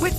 With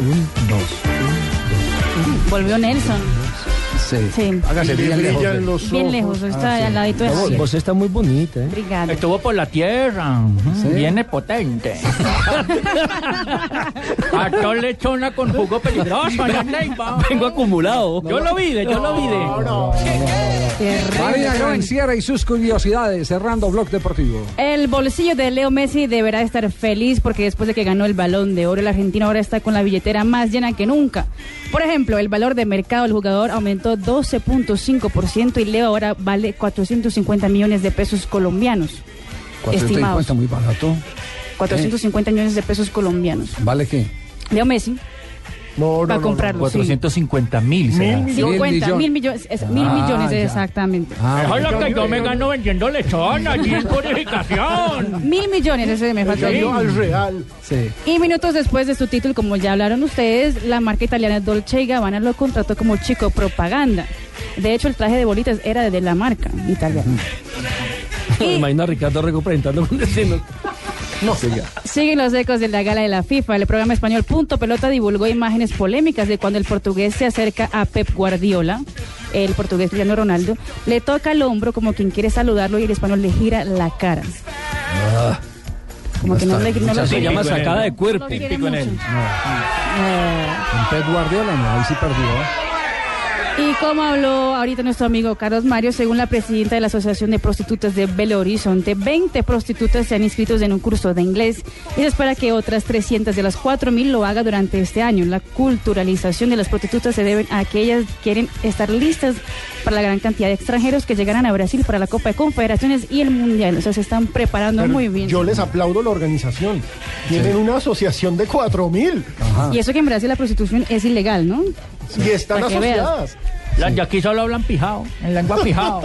Un, dos, Volvió Nelson. seis. Sí. Hágase bien lejos. de- Bien lejos, ¿eh? está al ladito de Ah, vos- Javier. Vos está muy bonita, ¿eh? Obrigada. Estuvo por la tierra, ujú, viene potente. Actor lechona con jugo peligroso allá en Neiva. Vengo acumulado. Yo lo vi, yo lo vi. Marina Gran Sierra y sus curiosidades, cerrando Blog Deportivo. El bolsillo de Leo Messi deberá estar feliz porque después de que ganó el balón de oro, el argentino ahora está con la billetera más llena que nunca. Por ejemplo, el valor de mercado del jugador aumentó 12.5% y Leo ahora vale 450 millones de pesos colombianos. 450, muy barato. 450 millones de pesos colombianos. ¿Vale qué? Leo Messi No, va a comprarlo. sí. 450 mil será. 50 millón- mil millones, es- mil Ah, millones ya. Ah. exactamente. Eso es lo que yo me gano vendiendo lechona allí en purificación. Mil millones, ese me faltó. Sí. Y minutos después de su título, como ya hablaron ustedes, la marca italiana Dolce Gabbana lo contrató como chico propaganda. De hecho, el traje de bolitas era de la marca italiana. Me imagino a Ricardo Rego presentando con destino. Siguen los ecos de la gala de la FIFA. El programa español Punto Pelota divulgó imágenes polémicas de cuando el portugués se acerca a Pep Guardiola, el portugués Cristiano Ronaldo, le toca el hombro como quien quiere saludarlo y el español le gira la cara. Como que no le no lo Se llama Típico en él, sacada de ¿no? cuerpo. quiere Típico en él. mucho. Con Pep Guardiola, no, ahí sí perdió. Y como habló ahorita nuestro amigo Carlos Mario, según la presidenta de la Asociación de Prostitutas de Belo Horizonte, 20 prostitutas se han inscrito en un curso de inglés y se espera que otras 300 de las 4.000 lo haga durante este año. La culturalización de las prostitutas se debe a que ellas quieren estar listas para la gran cantidad de extranjeros que llegarán a Brasil para la Copa de Confederaciones y el Mundial. O sea, se están preparando muy bien. Yo les aplaudo la organización. Tienen una asociación de 4000 Y eso que en Brasil la prostitución es ilegal, ¿no? y están Para que veas. asociadas. Las de aquí solo hablan pijao, en lengua pijao.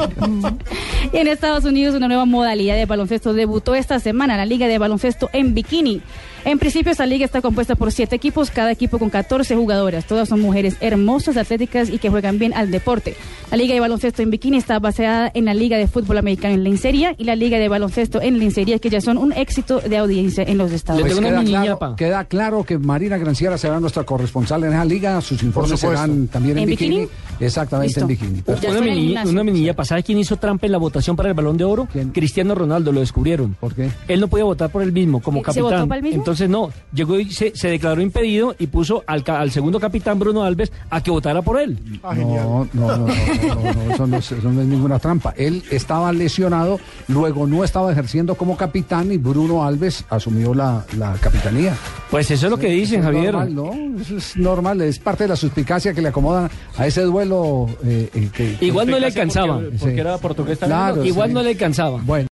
Y en Estados Unidos una nueva modalidad de baloncesto debutó esta semana, la Liga de Baloncesto en Bikini. En principio esta liga está compuesta por siete equipos, cada equipo con 14 jugadoras. Todas son mujeres hermosas, atléticas y que juegan bien al deporte. La Liga de Baloncesto en Bikini está basada en la Liga de Fútbol Americano en Lencería y la Liga de Baloncesto en Lencería, que ya son un éxito de audiencia en los Estados Yo Pues tengo una queda, mini claro, ñapa. queda claro que Marina Gran Sierra será nuestra corresponsal en esa liga. Sus informes supuesto. serán también en, ¿En bikini. bikini? Exactamente, en Listo. bikini. Ya estoy Una, en el mini, gimnasio. una mini ñapa. ¿Sabe quién hizo trampa en la votación para el Balón de Oro? ¿Quién? Cristiano Ronaldo, lo descubrieron. ¿Por qué? Él no podía votar por él mismo como ¿Se capitán. votó para el mismo? Entonces no, llegó y se, se declaró impedido y puso al, ca- al segundo capitán Bruno Alves a que votara por él. Ah, genial. No, no, no, no, no, no, eso, no es, eso no es ninguna trampa. Él estaba lesionado, luego no estaba ejerciendo como capitán y Bruno Alves asumió la, la capitanía. Pues eso es lo que dicen, Eso es Javier. normal, ¿no? Eso es normal, es parte de la suspicacia que le acomoda a ese duelo eh, eh, que- Igual no le alcanzaba. Porque era portugués también. Claro, Igual sí. no le alcanzaba. Bueno.